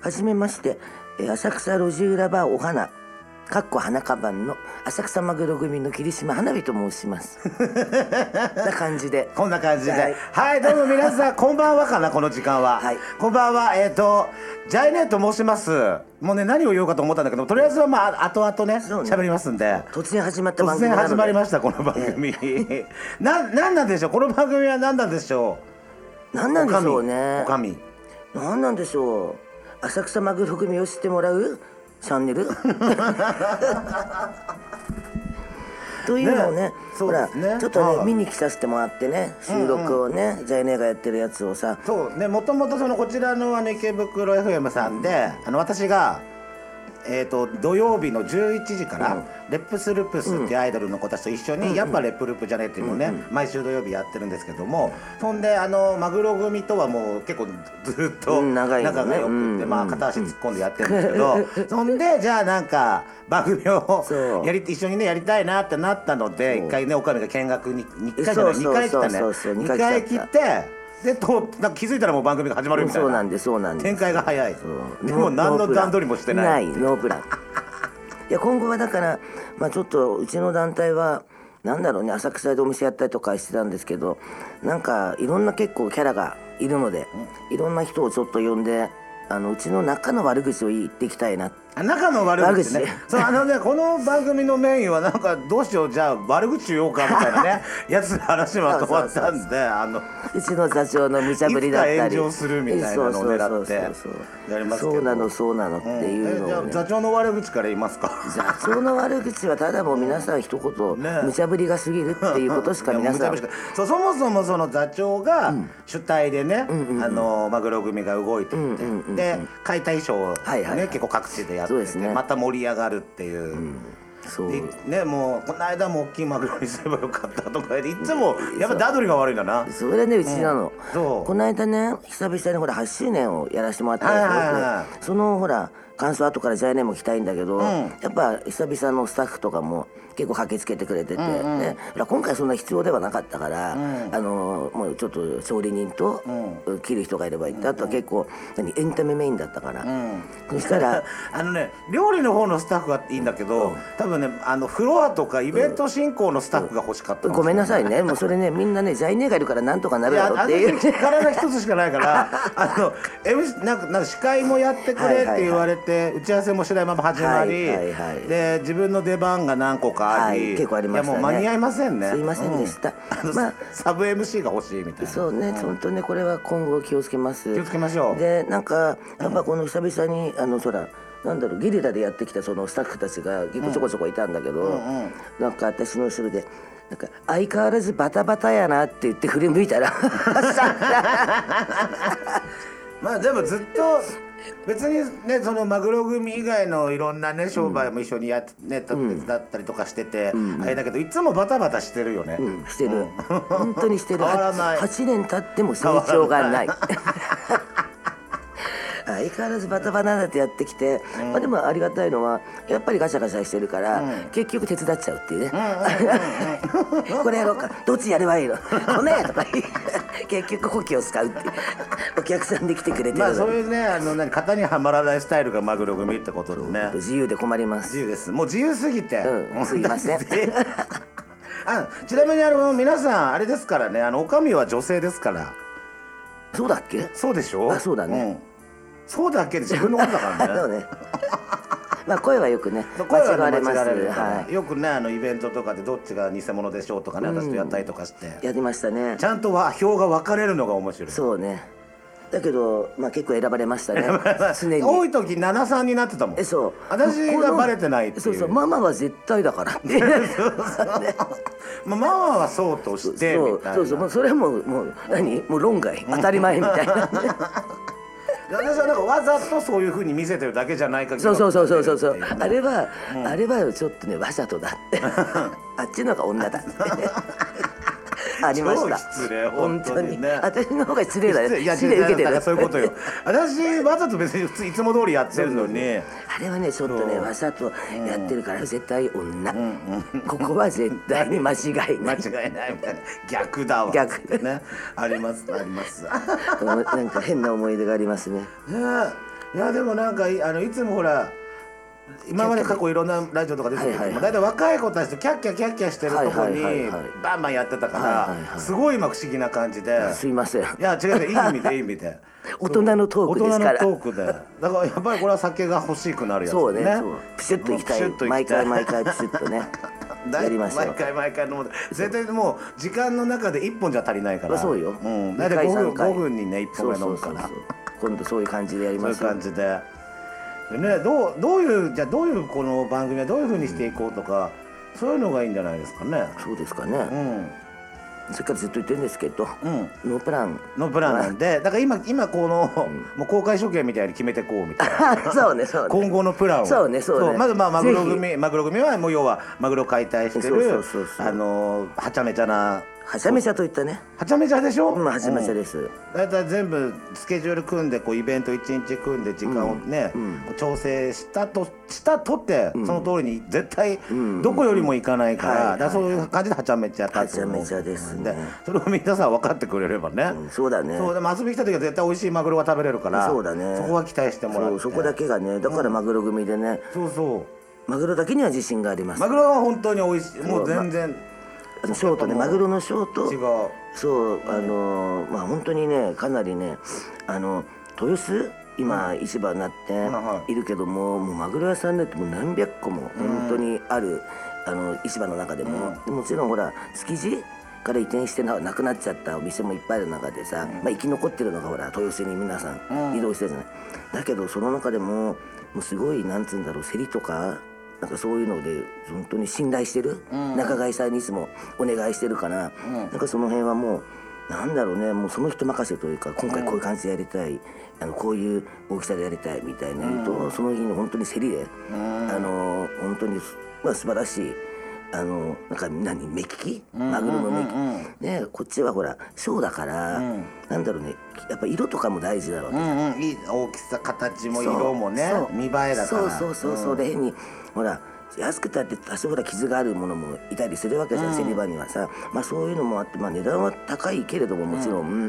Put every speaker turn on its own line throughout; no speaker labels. はじめまして、えー浅草路地裏バーお花、かっこ花かばんの浅草マグロ組の霧島花火と申します。 な感じで。
こんな感じで。は
はいい、
どうも皆 さん、こんばんはかな、この時間は。
はい
こんばんは、えっ、と、ジャイネと申します。もうね、何を言おうかと思ったんだけど、とりあえずはまあ、後々ね、
そうね
喋、りますんで。
突然始まった
突
番組な
然
ので
始まりました、この番組。 な、なんなんでしょう、この番組は何なんでしょ
何
う。
なんでしょうね
おかみ。
何なんでしょう浅草マグロ組を知ってもらうチャンネ ルというのをね
ねそ
ほ
うで
ら
すね
ちょっとね、
はい
見に来させてもらってね収録をね、ジャイネがやってるやつをさ
そうねもともとそのこちらのあの池袋 FM さんで、あの私が、えー、と土曜日の11時から、レップスルプスっていうアイドルの子たちと一緒に、やっぱレップルプじゃねえっていうのをね、毎週土曜日やってるんですけどもそんであのマグロ組とはもう結構ずっと
うん長いのね
仲が良くって、
うん
まあ、片足突っ込んでやってるんですけど、 そんでじゃあなんか番組を
そう
やり一緒にねやりたいなってなったので
そう
一回ねおかみが見学に2回じゃない
そう
2
そう
回来
そう
たね
そうそう
二
二
回
回
来
来
て
た
でとなんか気づいたらもう番組が始まるみたいな
そうなんですそうなんです
展開が早い
そう
でも何
ノー
の
プラン
段取りもしてない
ないノープラン いや今後はだから、まあ、ちょっとうちの団体はなんだろうね浅草でお店やったりとかしてたんですけどなんかいろんな結構キャラがいるのでいろんな人をちょっと呼んであのうちの中の悪口を言っていきたいな
あ仲の悪口ね
悪
そうあのねこの番組のメインはなんかどうしようじゃあ悪口言おうかみたいなねやつの話まとまったんであの
うちの座長の無茶ぶりだったり
いつか炎上するみたいなのを狙って
えそうそうそうそう
やりますけど
そうなのそうなのっていう
うんえじ
の
ゃ
を
あ
ね
座長の悪口から言いますか
座長の悪口はただもう皆さん一
ね
言無茶ぶりが過ぎるっていうことしか皆
いや
さ
も
ん
う無茶ぶりしかそうそもそもその座長が主体でね、あのマグロ組が動いてて、で解体ショーをね、
はいはいはい
結構各地でやって
そう
て、
ですね
また盛り上がるっていう。
そう
でね、もうこの間も大きいマグロにすればよかったとかいつもやっぱダドリが悪いんだな
それねうちなの、
そう
この間ね久々にほら8周年をやらせてもらったんですよ、
はいはいはい
そのほら感想後からジャイネも来たいんだけど、やっぱ久々のスタッフとかも結構駆けつけてくれてて、ねほら今回そんな必要ではなかったから、あのもうちょっと調理人と切る人がいればいいって、あとは結構何エンタメメインだったから、そした ら
あのね料理の方のスタッフはいいんだけど、多分ねあのフロアとかイベント進行のスタッフが欲しかったの
ごめんなさいねもうそれねみんなねジャイネがいるからなんとかないるだ
や
ろう
あ
っ
の
ていう
時力が一つしかないから あの MC なんかなんか司会もやってくれって言われて、打ち合わせもしないまま始まり、
はいはいはい
で自分の出番が何個かあり、
はい結構ありましたね
いやもう間に合いませんね
すいませんでした
うんあの
まあ
サブ MC が欲しいみたいな
そうね、本当ね、これは今後気をつけます。
気をつけましょう
で、なんか、やっぱこの久々に、あの、そら。なんだろうゲリラでやってきたそのスタッフたちが結構ちょこちょこいたんだけど、なんか私の後ろで「なんか相変わらずバタバタやな」って言って振り向いた ら
まあでもずっと別にねそのマグロ組以外のいろんなね商売も一緒にやって、ね手伝ったりとかしてて、あれだけどいつもバタバタしてるよね、
うんしてる、本当にしてる
変わらない
8, 年経っても成長がない 相変わらずバタバタだってやってきて、まあ、でもありがたいのはやっぱりガシャガシャしてるから、結局手伝っちゃうっていうね、 これやろうかどっちやればいいの これとか言い 結局呼吸を使うっていう お客さんで来てくれてるの
まあ
に、
そういうねあの何型にはまらないスタイルがマグロ組ってことでね
自由で困ります
自由ですもう自由すぎて、
うんすいません
あちなみにあの皆さんあれですからねあのおかみは女性ですから
そうだっけ
そうでしょ
あそうだね
うんそうだけで自分のことだか
あ
ら
の
ね
ねまあ声はよくね
そう声はね間違われるから
はい
よくねあのイベントとかでどっちが偽物でしょうとかね私とやったりとかして、
やりましたね
ちゃんとは票が分かれるのが面白い
そうねだけどまあ結構選ばれましたね常に
多い時73になってたもん
えそう
私
こ
が
の
バレてないっていう
そうそうママは絶対だ からってそう
まあ、ママはそうとしてみたいな
そうそうもうそれはもうもう何もう論外当たり前みたい な
私はなんかわざとそういうふうに見せてるだけじゃないか
そうそうそうそうそうそうあれは、あれはちょっとねわざとだって あっちのが女だってありました
超失礼本当にね
私の方が失礼だね
いや
失礼受けて
だか
る
らそういうこ とよ私わざと別に普通いつも通りやってるのに
あれはねちょっとね
そう
わざとやってるから絶対女、ここは絶対に間違いない
間違いないみたいな逆だわ
逆
ってねありますありますね
なんか変な思い出がありますね
えいやでもなんかいあのいつもほら今まで過去いろんなラジオとか出てるけど、
はいはいはい
大体若い子たちとキャッキャキャッキャしてるとこに
はいはいはいはい
バンバンやってたから、
はいはいはい
すごい今不思議な感じで、
すいません
いや違う違ういい意味でいい意味で
大人のトークですから
大人のトークでだからやっぱりこれは酒が欲しくなるやつ
そうねそうピシッといきたい
もうピシッと行
毎
きたい
回毎回ピシッとね
だい
やりましょ
毎
う
回毎回飲む絶対もう時間の中で一本じゃ足りないから
そうよ、
うん、だ
二
いたい
回
5
三
分
回
5分にね一本ぐらい飲むから
そうそうそうそう今度そういう感じでやり
そう
ま
いう
すよ
感じででねどうどういうじゃあどういうこの番組はどういうふうにしていこうとか、そういうのがいいんじゃないですかね
そうですか
う
ね、
ん
それからずっと言ってるんですけど、
うん
ノープラ ン
のプランなんでだから今今この、もう公開処刑みたいに決めてこうみたいな
そうねそうね
今後のプランを
そうねそうね
まずまあマグロ
ぜ
組マグロ組はもう要はマグロ解体して
そうそ
る
うそうそう
あのーはちゃめちゃな
はちゃめちゃといったね
はちゃめちゃでしょ、
うんはちゃめちゃです、
だいたい全部スケジュール組んでこうイベント1日組んで時間をね、こう調整したとしたとって、その通りに絶対どこよりもいかないから,、
うんうんはい
だからそういう感じではちゃめちゃだと思う
はちゃめちゃですね
でそれを皆さん分かってくれればね、
うんそうだね
そうでも遊びに来た時は絶対美味しいマグロが食べれるから
そうだね
そこは期待してもらっ
そ
て
うそこだけがねだからマグロ組でね、
そうそう
マグロだけには自信があります
マグロは本当に美味しいもう
そうま
全然
あのショートね
もう
マグロのショー
違う
トそうあのーまあ本当にねかなりねあの豊洲今市場になっ
は
ているけども,、もうマグロ屋さんだってもう何百個も本当にある、あの市場の中でも、もちろんほら築地から移転してななくなっちゃったお店もいっぱいある中でさ、まあ、生き残ってるのがほら豊洲に皆さん移動してるじゃない、だけどその中でももうすごいなんつうんだろう競りとかなんかそういうので本当に信頼してる、仲買さんにいつもお願いしてるから、なんかその辺はもうなんだろうねもうその人任せというか今回こういう感じでやりたい、あのこういう大きさでやりたいみたいな言うと、その日の本当に競りで、あの本当に、まあ、素晴らしい。あのなんか何目利きマグロの目利き、ねこっちはほらショーだから、なんだろうねやっぱ色とかも大事だわけ
うんうんいい大きさ形も
そう
色もね
そう
見栄えだから
そうそうそうそうで変にほら安くたって多少ほら傷があるものもいたりするわけじゃん、競り場にはさ、まあ、そういうのもあって、まあ、値段は高いけれどももちろん、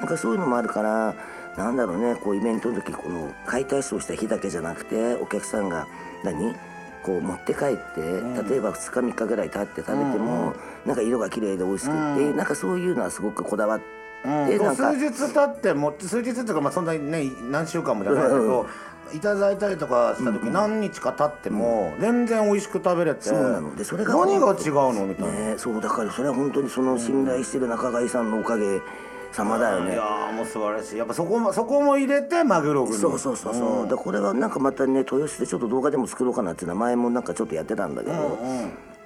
なんかそういうのもあるからなんだろうねこうイベントの時この解体ショーした日だけじゃなくてお客さんが何こう持って帰って、例えば2日3日ぐらい経って食べても、なんか色が綺麗で美味しくって、なんかそういうのはすごくこだわって、
で
なんか
数日経っても数日っていうかまあそんなにね何週間もじゃないけど、いただいたりとかした時何日か経っても全然美味しく食べれて、
そうなのでそれが
何が違うのみたいな、
ね、そうだからそれは本当にその信頼してる仲買さんのおかげさまだよ
い
ね。
やーもう素晴らしいやっぱそこもそこも入れてマグロ組
そうそうそうそう、でこれはなんかまたね豊洲でちょっと動画でも作ろうかなっていうのは前もなんかちょっとやってたんだけど、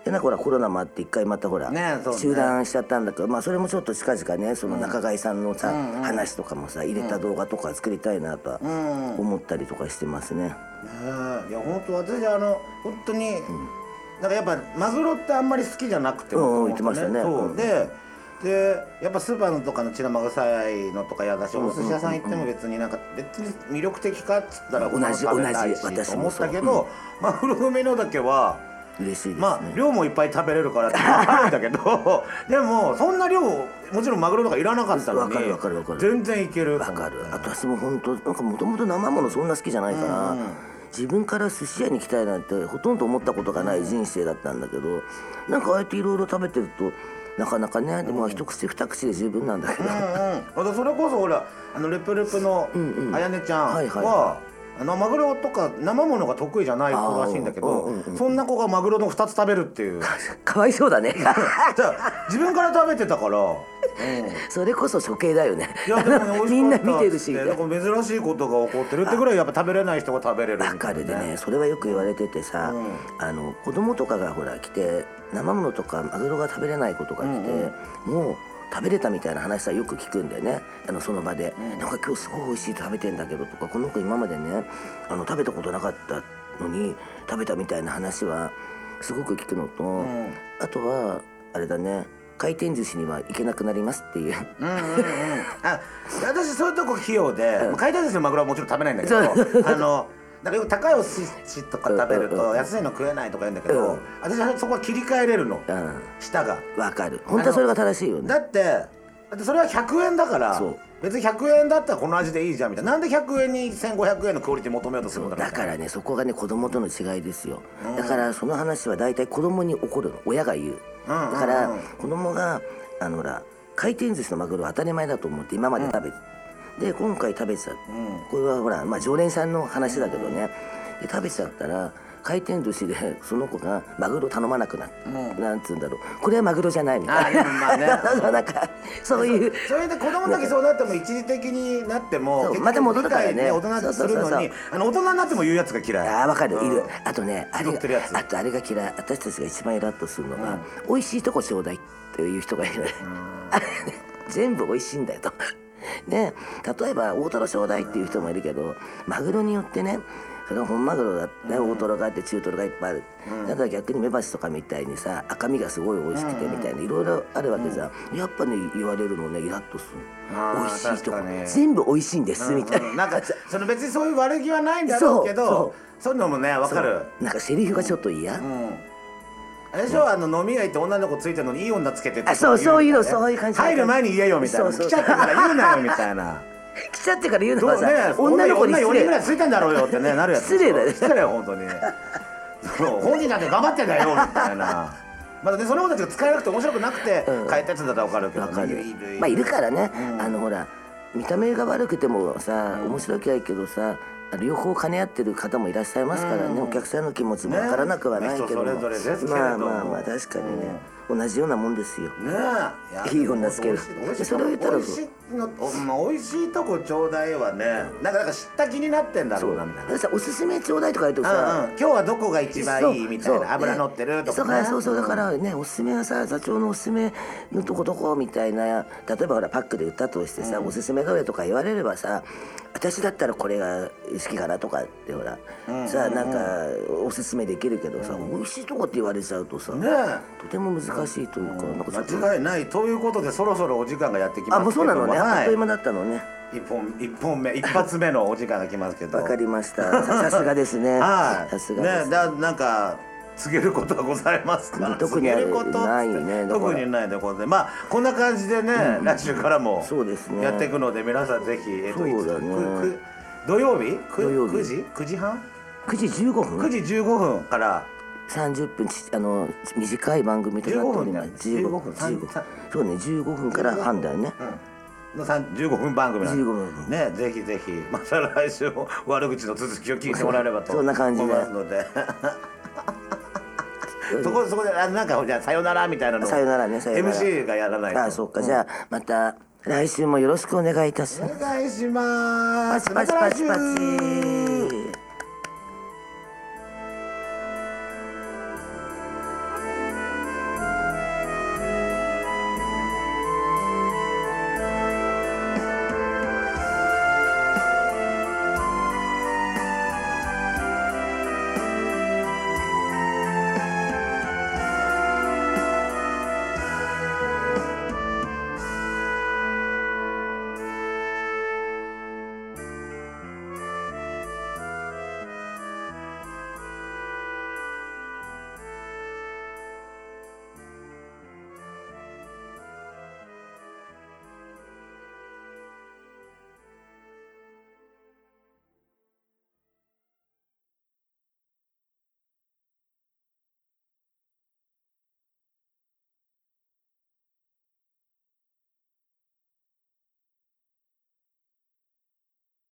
でなんかほらコロナもあって一回またほら、
ねそうね
中断しちゃったんだけどまあそれもちょっと近々ねその仲買さんのさ、話とかもさ入れた動画とか作りたいなとは思ったりとかしてますね。
うんいや本当私あの本当に、なんかやっぱマグロってあんまり好きじゃなくて
うんうん
元々
言ってましたね
そう、
うん
ででやっぱスーパーのとかの血生臭いのとか嫌だし、お寿司屋さん行っても別になんか別に魅力的かっつったら
同じ
食べないし
同じ
と思っ
私もそう
たけど、マグロ梅のだけは。
嬉しいですね。
まあ量もいっぱい食べれるからってあるん だけどでもそんな量もちろんマグロとかいらなかったのに
わかるわかるわかる
全然いける
わかる私も本当なんかもともと生ものそんな好きじゃないから、自分から寿司屋に来たいなんてほとんど思ったことがない人生だったんだけど、なんかああやっていろいろ食べてるとなかなかねでもまあ一口二口で十分なんだけど、
うんうん、それこそほらあのレプレプのあやねちゃんは,、
はいはいは
あのマグロとか生ものが得意じゃない子らしいんだけど、そんな子がマグロの2つ食べるっていう
かわいそうだね
じゃあ自分から食べてたから、
それこそ処刑だよね
いやでもね美味しかったっつっ て
みんな見てるし
なんか珍しいことが起こってるってぐらいやっぱ食べれない人が食べれるみたいな
ばかりでねそれはよく言われててさ、あの子供とかがほら来て生ものとかマグロが食べれない子とか来て、もう食べれたみたいな話はよく聞くんだよねあのその場で、なんか今日すごい美味しい食べてんだけどとかこの子今までねあの食べたことなかったのに食べたみたいな話はすごく聞くのと、あとはあれだね回転寿司には行けなくなります っていう。
あ私そういうとこ費用で、まあ買いたいですよマグロはもちろん食べないんだけどあのなんかよく高いお寿司とか食べる
うんうんう
と
ん
安いの食えないとか言うんだけ
う
ど
ん
私はそこは切り替えれるの
うん
舌が
わかる本当はそれが正しいよね
だってだってそれは100円だから
そう
別に100円だったらこの味でいいじゃんみたいななんで100円に1500円のクオリティ求めようとするんだろう
だからねそこがね子供との違いですよだからその話は大体子供に起こるの親が言うだ
うんうんうん
から子供があのほら回転寿司のマグロは当たり前だと思って今まで食べて、で今回食べちゃって、これはほら、まあ、常連さんの話だけどねで食べちゃったら回転寿司でその子がマグロ頼まなくなって、なんつうんだろうこれはマグロじゃないみたいな
あーまあね
なんか そういう
それで子供の時そうなっても一時的になって
そ
も
う
結局
また戻るからね
理解大人とする
そうそ
の
うそ
に
う
あの大人になっても言うやつが嫌い
あーわかる、
うん
いるあとねあれ
乗ってるや
が
つ
あとあれが嫌い私たちが一番イラッとするのが、美味しいとこちょうだいっていう人がいる、あれね 全部美味しいんだよと。ね、例えば大トロちょうだいっていう人もいるけどマグロによってねそれは本マグロだって、大トロがあって中トロがいっぱいある、ただ逆にメバチとかみたいにさ赤身がすごい美味しくてみたいないろいろあるわけじゃん、やっぱね言われるのねイラッとする
あー
美味しいとこ
確かに
全部美味しいんですみたいな、
うんな んかその別にそういう悪気はないんだろうけ
そう
どそういうのもねわかる
なんかセリフがちょっと嫌、
うんあれでしょあの飲み屋行って女の子ついてるのにいい女つけてって
あそう
言みた
そういうのそういう感じ
入る前に言えよみたいな
そうそ
来
う
ちゃったから言うなよみたいな
来ちゃってから言うの
ど
は
う
さ、
ね
女の子に
女
失
4人ぐら
礼
いついたんだろうよってねなるやつ
失礼だね
失礼 本当にそう本人だって頑張ってんだよみたいなまだねその子たちが使えなくて面白くなくて
うん
変えたやつだったら分かるけど
わか
ね
る
いるいる
まあいるからね、あのほら見た目が悪くてもさ面白きゃいいけどさ両方兼ね合ってる方もいらっしゃいますからね、お客さんの気持ちもわからなくはないけども、
ね人それぞれですけれども
まあまあまあ確かにね、同じようなもんですよ
ねえや
いい女つける
美味しい
それを言ったら
美味しいのおまあ美味しいとこちょうだいはねなんかなんか知った気になってんだろうなみた
だ
い
か
な
らさおすすめちょうだいとか言うと
うん
さ
うん、今日はどこが一番いいみたい
そう
な油乗ってると
そう
かね
そうそうだからねおすすめはさ座長のおすすめのとこどこみたいな例えばほらパックで売ったとしてさ、おすすめどれとか言われればさ私だったらこれが好きかなとかってほら、さなんかおすすめできるけどさ、美味しいとこって言われちゃうとさ、
ね
とても難しいというか、なんかちょっと
間違いないということでそろそろお時間がやってきますけど
あもうそうなのね、あ
は
っ
い
という間だったのね
一本一本目一発目のお時間が来ますけど
わかりましたささすがですね
はい
さすがです
ねだなんか告げることはございますか
特
告
に
げ
あれ
ること
ないねだから
特にないということでまあこんな感じでね、来週からも
そうですね
やっていくので皆さんぜひえっと
そうだね
いつくく土曜日く
土曜日
9時9時半
9時15分
9時15分から
30分ちあの短い番組となっております
15分だね
15
15分
そうね15分から半だよね
の3 15分番組なんで
15分
ねぜひぜひまた来週も悪口の続きを聞いてもらえればと
そんな感じで
思います のでそこそこであなんかじゃあさよならみたいなのを
さよならねさよなら
MC がやらないと
ああそうか、じゃあまた来週もよろしくお願いいたします
お願いします
パチパチパチパ
また来週
チ